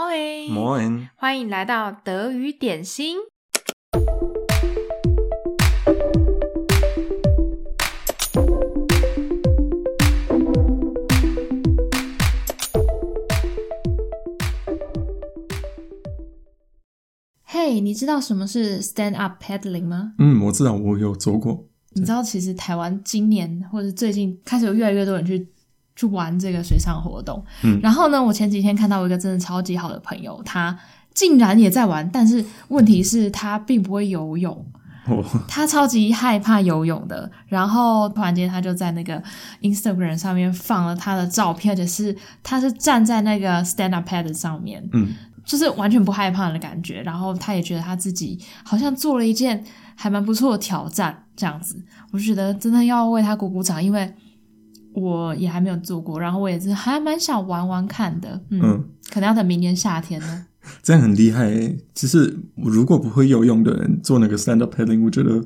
Morning， Moin，欢迎来到德语点心。嘿，你知道什么是 stand up paddling 吗？嗯，我知道，我有做过。你知道，其实台湾今年或者最近开始有越来越多人去去玩这个水上活动。嗯然后呢，我前几天看到一个真的超级好的朋友，他竟然也在玩，但是问题是他并不会游泳，哦，他超级害怕游泳的。然后突然间，他就在那个 Instagram 上面放了他的照片，而且是他是站在那个 stand up pad 上面，嗯，就是完全不害怕的感觉。然后他也觉得他自己好像做了一件还蛮不错的挑战，这样子，我就觉得真的要为他鼓鼓掌，因为我也还没有做过，然后我也是还蛮想玩玩看的，嗯，嗯可能要等明年夏天呢。 这样很厉害欸。其实如果不会游泳的人做那个 stand up paddling，我觉得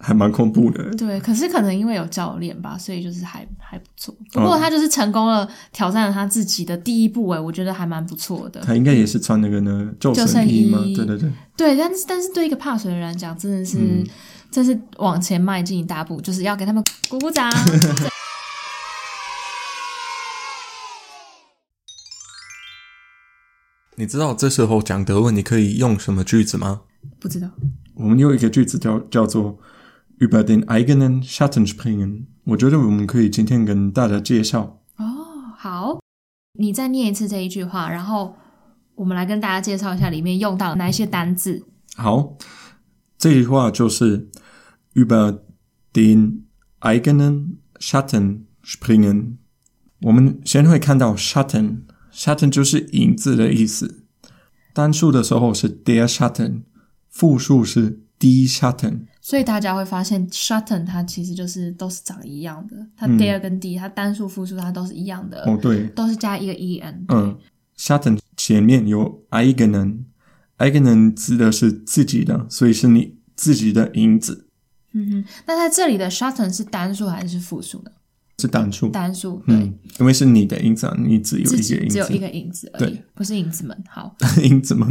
还蛮恐怖的。对，可是可能因为有教练吧，所以就是还还不错。不过他就是成功了，挑战了他自己的第一步、欸诶，我觉得还蛮不错的。他应该也是穿那个呢救生衣吗救生衣？对对对，对，但是但是对一个怕水的人来讲，真的是，这是往前迈进一大步，就是要给他们鼓鼓掌。你知道这时候讲德文你可以用什么句子吗？不知道，我们有一个句子叫叫做 “über den eigenen Schatten springen”。我觉得我们可以今天跟大家介绍。哦，好，你再念一次这一句话，然后我们来跟大家介绍一下里面用到哪一些单字。好，这句话就是 “über den eigenen Schatten springen”。我们先会看到 “Schatten”，“Schatten” 就是影子的意思。单数的时候是 “der Schatten”，复数是 “die Schatten”。所以大家会发现，shutton 它其实就是都是长一样的，它嗯 there 跟 d，、它单数复数它都是一样的，哦，对，都是加一个 E en。嗯，Schatten 前面有 eigenen，eigenen 指的是自己的，所以是你自己的影子，嗯哼，那在这里的 shutton 是单数还是复数呢？是单数。单数，对，嗯，因为是你的影子啊，你只有自一己个影只有一子，个影子而已对，不是影子们。好 影子们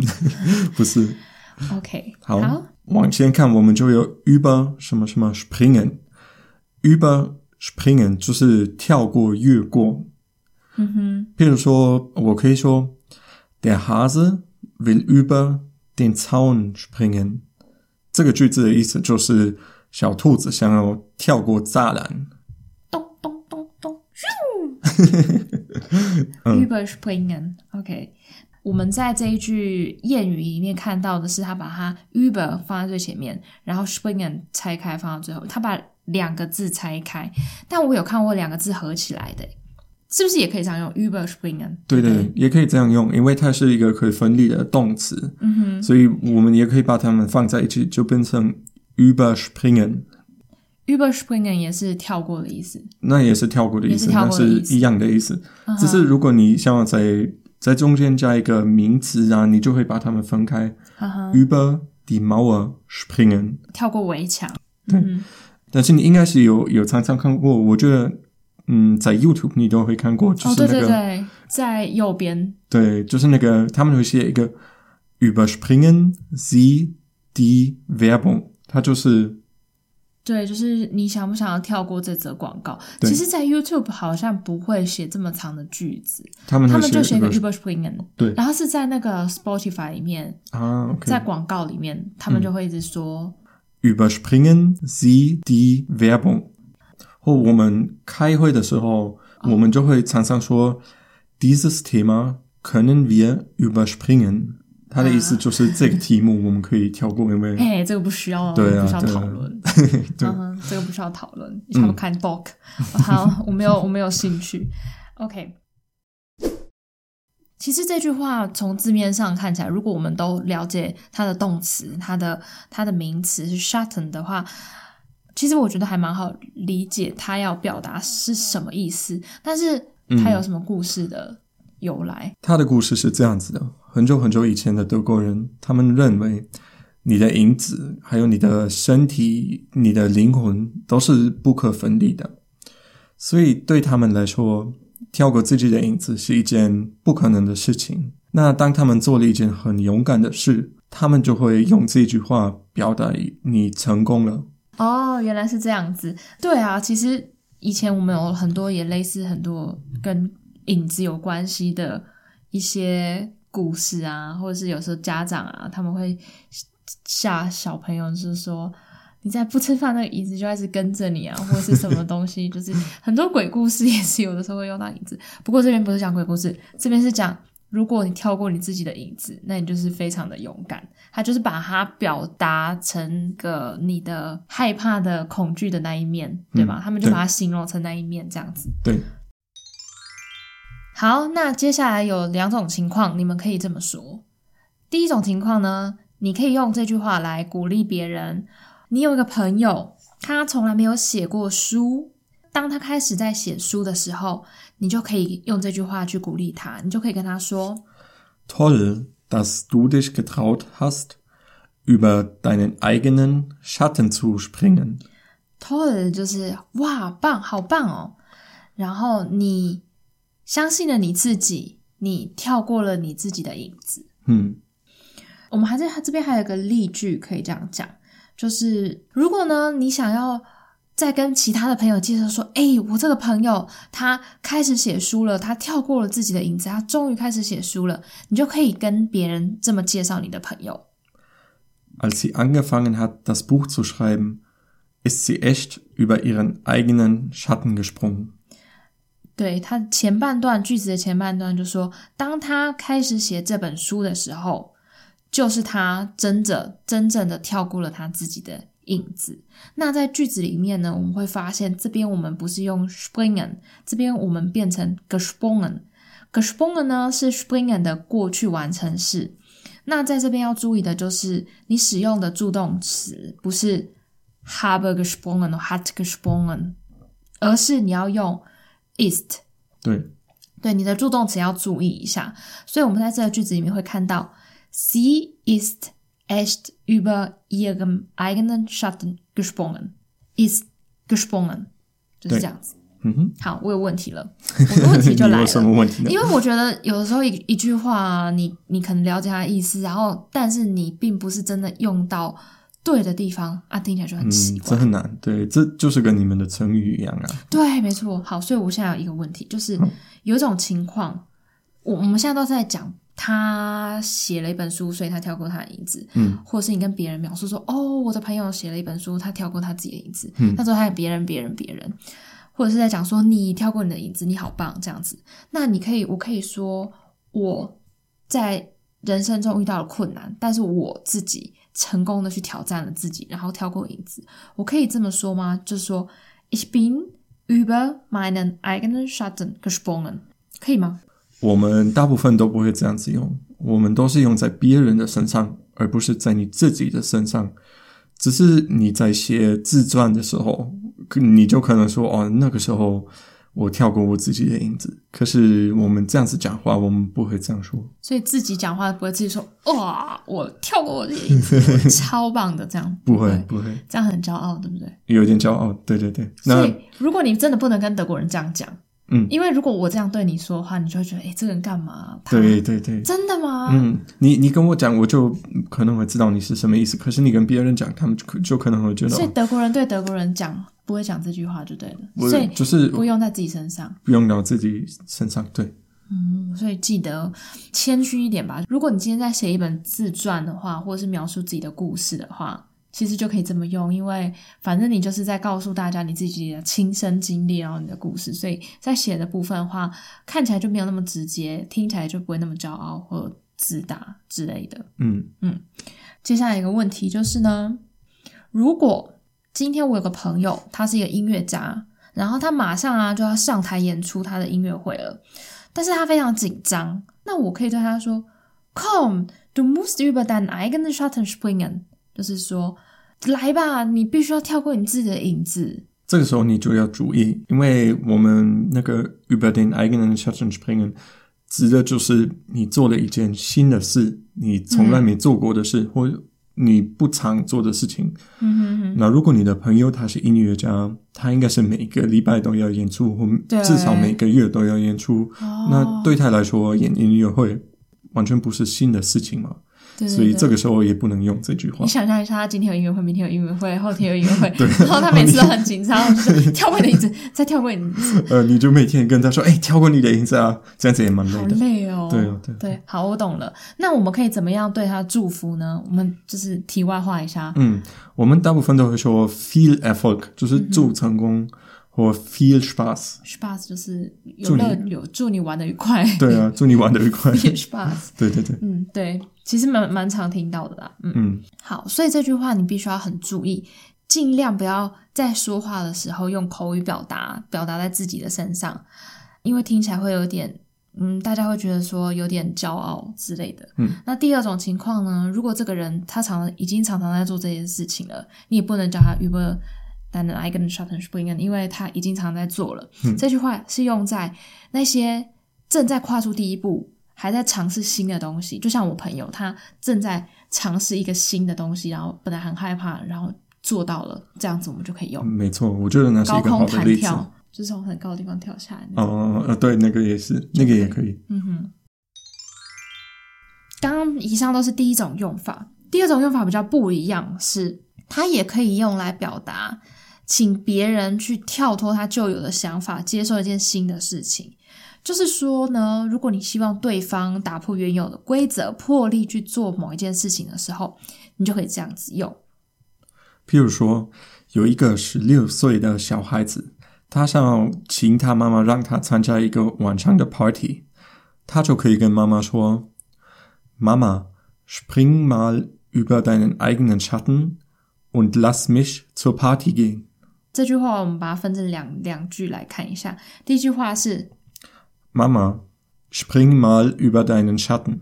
不是。 ，OK，好，往前看，我们就有 über 什么什么 springen，über springen 就是跳过、越过。嗯哼，譬如说，我可以说，der Hase will über den Zaun springen。这个句子的意思就是小兔子想要跳过栅栏。咚咚咚咚，嗯咻，über springen，OK。我们在这一句谚语里面看到的是，他把它 über 放在最前面，然后 springen 拆开放到最后，他把两个字拆开。但我有看过两个字合起来的，是不是也可以这样用 über springen？对对，对也可以这样用，因为它是一个可以分离的动词，嗯哼。所以我们也可以把它们放在一起，就变成 überspringen。 über springen 也是跳过的意思。那也是跳过的意也思，是跳那过的意思是一样的意思。嗯哼只是如果你想要在在中间加一个名词啊，你就会把它们分开。哈哈， über die Mauer springen，嗯跳过围墙。对嗯但是你应该是有有常常看过，我觉得，嗯，在 YouTube 你都会看过，就哼，哦，对是那对个、对，在右边。对就是那个他们会写一个 überspringen Sie die Werbung，它就是对，就是你想不想要跳过这则广告？对其实，在 YouTube 好像不会写这么长的句子，他们他会们就写一个 über über springen。对然后是在那个 Spotify 里面，啊在，OK 广告里面，他们就会一直说， überspringen Sie die Werbung，或我们开会的时候，我们就会常常说 dieses Thema können wir überspringen。它的意思就是这个题目我们可以跳过，因为 嘿，这个不需要，嗯对啊不需要对啊讨论。对嗯哼，这个不需要讨论，他们看 book，、好，我没有我没有兴趣。OK，其实这句话从字面上看起来，如果我们都了解它的动词、它的它的名词是 shorten 的话，其实我觉得还蛮好理解它要表达是什么意思，但是它有什么故事的由来？他的故事是这样子的：很久很久以前的德国人，他们认为你的影子、还有你的身体、你的灵魂都是不可分离的，所以对他们来说，跳过自己的影子是一件不可能的事情。那当他们做了一件很勇敢的事，他们就会用这句话表达你成功了。哦，原来是这样子。对啊，其实以前我们有很多也类似很多跟影子有关系的一些故事啊，或者是有时候家长啊，他们会吓小朋友，就是说你再不吃饭，那个椅子就开始跟着你啊，或者是什么东西，就是很多鬼故事也是有的时候会用到影子。不过这边不是讲鬼故事，这边是讲。如果你跳过你自己的影子，那你就是非常的勇敢。他就是把它表达成个你的害怕的、恐惧的那一面，对吧？嗯他们就把对它形容成那一面这样子。对，好，那接下来有两种情况，你们可以这么说。第一种情况呢，你可以用这句话来鼓励别人。你有一个朋友，他从来没有写过书，当他开始在写书的时候，你就可以用这句话去鼓励他，你就可以跟他说。 Toll, dass du dich getraut hast, über deinen eigenen Schatten zu springen. toll 就是哇棒，好棒哦。然后你相信了你自己，你跳过了你自己的影子。嗯我们还在这边还有一个例句可以这样讲，就是如果呢你想要再跟其他的朋友介绍说，诶，我这个朋友他开始写书了，他跳过了自己的影子，他终于开始写书了，你就可以跟别人这么介绍你的朋友。 Als sie angefangen hat, das Buch zu schreiben, ist sie echt über ihren eigenen Schatten gesprungen. 对他前半段句子的前半段就说，当他开始写这本书的时候，就是他真正真正的跳过了他自己的影子。那在句子里面呢，我们会发现这边我们不是用 springen，这边我们变成 gesprungen。gesprungen 呢是 springen 的过去完成式。那在这边要注意的就是，你使用的助动词不是 habe gesprungen、hat gesprungen，而是你要用 ist。对，对你的助动词要注意一下。所以我们在这个句子里面会看到，sie ist echt über ihren eigenen Schatten gesprungen。ist gesprungen 就是对这样子。嗯好，我有问题了，我的问 题就来有什么了。问题呢因？为我觉得有的时候一一句话啊，你你可能了解它的意思，然后但是你并不是真的用到对的地方啊，听起来就很嗯奇，怪。这很难。对，这就是跟你们的成语一样啊。对，没错。好，所以我现在有一个问题，就是有一种情况，我我们现在都在讲他写了一本书，所以他跳过他的影子，嗯，或者是你跟别人描述说，哦，我的朋友写了一本书，他跳过他自己的影子，嗯他说他有别人，别人，别人，或者是在讲说你跳过你的影子，你好棒这样子。那你可以，我可以说我在人生中遇到了困难，但是我自己成功的去挑战了自己，然后跳过影子。我可以这么说吗？就是说，ich bin über meinen eigenen Schatten gesprungen，可以吗？我们大部分都不会这样子用，我们都是用在别人的身上，而不是在你自己的身上。只是你在写自传的时候，可你就可能说哦，那个时候我跳过我自己的影子。可是我们这样子讲话，我们不会这样说。所以自己讲话不会自己说哇，我跳过我自己的影子， 我超棒的这样，不会，不会，这样很骄傲，对不对？有点骄傲。对对对，所那以如果你真的不能跟德国人这样讲，嗯因为如果我这样对你说的话，你就会觉得，哎，这个人干嘛？他对对对，真的吗？嗯，你你跟我讲，我就可能会知道你是什么意思。可是你跟别人讲，他们就可就可能会觉得所以哦德国人对德国人讲不会讲这句话就对我了，所以就是不用在自己身上。不用到自己身上。对，嗯，所以记得谦虚一点吧。如果你今天在写一本自传的话，或者是描述自己的故事的话，其实就可以这么用，因为反正你就是在告诉大家你自己的亲身经历，然后你的故事，所以在写的部分的话，看起来就没有那么直接，听起来就不会那么骄傲或自大之类的。嗯接下来一个问题就是呢，如果今天我有个朋友，他是一个音乐家，然后他马上啊就要上台演出他的音乐会了，但是他非常紧张，那我可以对他说：“Come, du musst über deinen eigenen Schatten springen。”就是说，来吧，你必须要跳过你自己的影子。这个时候你就要注意，因为我们那个 über den eigenen Schatten springen，指的就是你做了一件新的事，你从嗯来没做过的事，或者你不常做的事情。嗯哼哼，那如果你的朋友他是音乐家，他应该是每个礼拜都要演出，或对至少每个月都要演出。哦那对他来说，演音乐会完全不是新的事情嘛，对对所以对这个时候也不能用这句话你。想象一下，他今天有音乐会，明天有音乐会，后天有音乐会，然后他每次都很紧张，就是跳过你的椅子，再跳过你的椅子， 呃，你就每天跟他说，哎，跳过你的影子啊，这样子也蛮累好的。累哦。对啊对啊对，好，我懂了。那我们可以怎么样对他祝福呢？我们就是题外话一下，嗯，我们大部分都会说 viel 嗯 Erfolg，就是祝成功或 viel Spaß。 Spaß 就是有祝你乐有祝你玩的愉快。 对啊，祝你玩的愉快。 ，Spaß，对对对，嗯，对，其实蛮蛮常听到的啦。嗯，嗯好，所以这句话你必须要很注意，尽量不要在说话的时候用口语表达，表达在自己的身上，因为听起来会有点。嗯，大家会觉得说有点骄傲之类的。嗯，那第二种情况呢，如果这个人他常已经常常在做这件事情了，你也不能叫他 über deine eigenen Schatten springen，因为他已经常在做了。嗯这句话是用在那些正在跨出第一步，还在尝试新的东西，就像我朋友，他正在尝试一个新的东西，然后本来很害怕，然后做到了，这样子我们就可以用、没错，我觉得那是高一个好空的弹例子。跳，就是从很高的地方跳下来那种。哦，呃，对，那个也是，那个也可以。嗯哼，刚刚以上都是第一种用法，第二种用法比较不一样，是它也可以用来表达请别人去跳脱他旧有的想法，接受一件新的事情。就是说呢，如果你希望对方打破原有的规则，破例去做某一件事情的时候，你就可以这样子用。譬如说，有一个十六岁的小孩子，他想要请他妈妈让他参加一个晚上的 party，他就可以跟妈妈说：“妈妈，spring mal über deinen eigenen Schatten und lass mich zur Party gehen。这句话我们把它分成两两句来看一下。第一句话是妈妈，spring mal über deinen Schatten。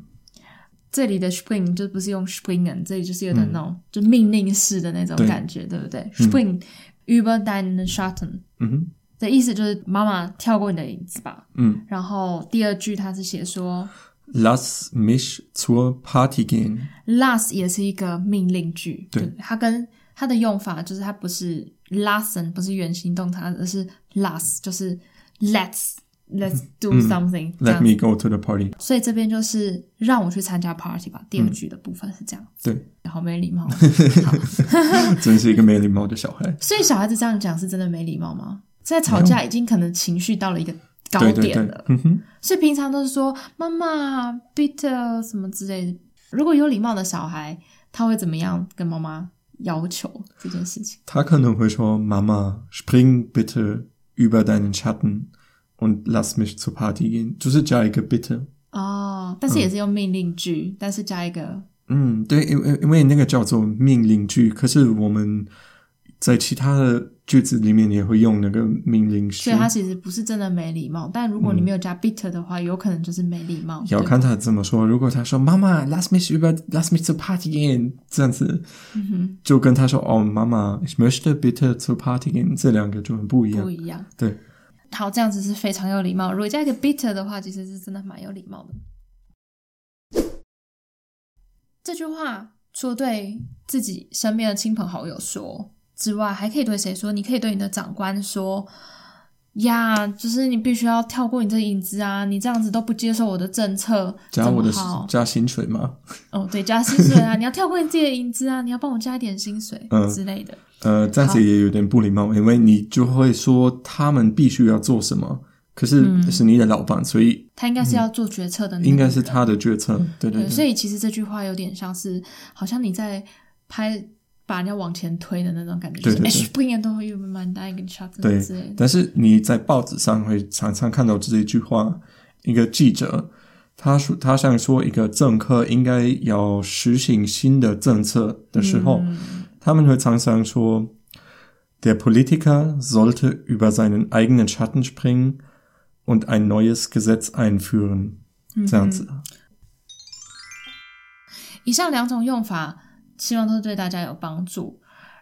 这里的 spring 就不是用 springen，这里就是有点那种、就命令式的那种嗯对感觉，对不对？spring über deinen Schatten 嗯哼，的意思就是妈妈跳过你的影子吧。嗯然后第二句它是写说，lass mich zur Party gehen。 last 也是一个命令句，对不它跟它的用法就是它不是 lassen 不是原形动词，而是 last 就是 let's let's do 嗯 something、这 Let 样子。 me go to the party。所以这边就是让我去参加 party 吧。嗯第二句的部分是这样，对，好没礼貌。真是一个没礼貌的小孩。所以小孩子这样讲是真的没礼貌吗？在吵架已经可能情绪到了一个高对点了，对对，嗯哼。所以平常都是说妈妈 bitte 什么之类的。如果有礼貌的小孩，他会怎么样跟妈妈要求这件事情？他可能会说：“妈妈，spring bitte über deinen Schatten und lass mich zur Party gehen。”就是加一个 bitte。哦，但是也是用命令句，但是加一个嗯，对，因为因为那个叫做命令句，可是我们在其他的句子里面也会用那个命令句所以。他其实不是真的没礼貌。但如果你没有加 bitte 的话，有可能就是没礼貌。对要吧看他怎么说。如果他说“妈妈，lass mich über lass mich zur Party gehen”，这样子，就跟他说“哦，妈妈，ich oh, möchte bitte zur Party gehen”，这两个就很不一不样。一样。对，好，这样子是非常有礼貌。如果加一个 bitter 的话，其实是真的蛮有礼貌的。这句话除了对自己身边的亲朋好友说之外，还可以对谁说？你可以对你的长官说。呀，就是你必须要跳过你这个影子啊！你这样子都不接受我的政策，加怎么我的好加薪水嘛？哦，对，加薪水啊！你要 跳过你自己的影子啊！你要帮我加一点薪水、嗯之类的。呃，这样子也有点不礼貌，因为你就会说他们必须要做什么，可嗯是是你的老板，所以他应该是要做决策的那个人，嗯应该是他的决策。对对嗯对，所对，以其实这句话有点像是，好像你在拍把人家往前推的那种感觉，对对就是对哎，不应该都会有蛮大一个 shot 对之类的。但是你在报纸上会常常看到这一句话，一个记者。他说：“他想说，一个政客应该要实行新的政策的时候，嗯他们会常常说，Der Politiker sollte über seinen eigenen Schatten springen und ein neues Gesetz einführen。嗯这样子，以上两种用法，希望都对大家有帮助。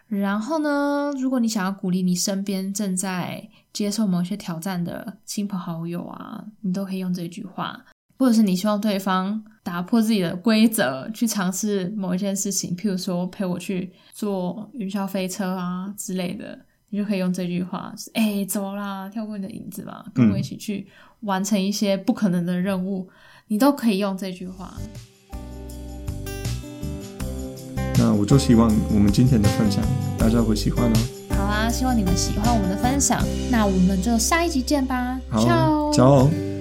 然后呢，如果你想要鼓励你身边正在接受某些挑战的亲朋好友啊，你都可以用这句话，或者是你希望对方打破自己的规则，去尝试某一件事情，譬如说陪我去坐云霄飞车啊之类的，你就可以用这句话，就是哎、走啦，跳过你的影子吧，跟我一起去完成一些不可能的任务。你都可以用这句话。那我就希望我们今天的分享大家会喜欢哦。啊好啦，希望你们喜欢我们的分享，那我们就下一集见吧，好， Ciao 加油！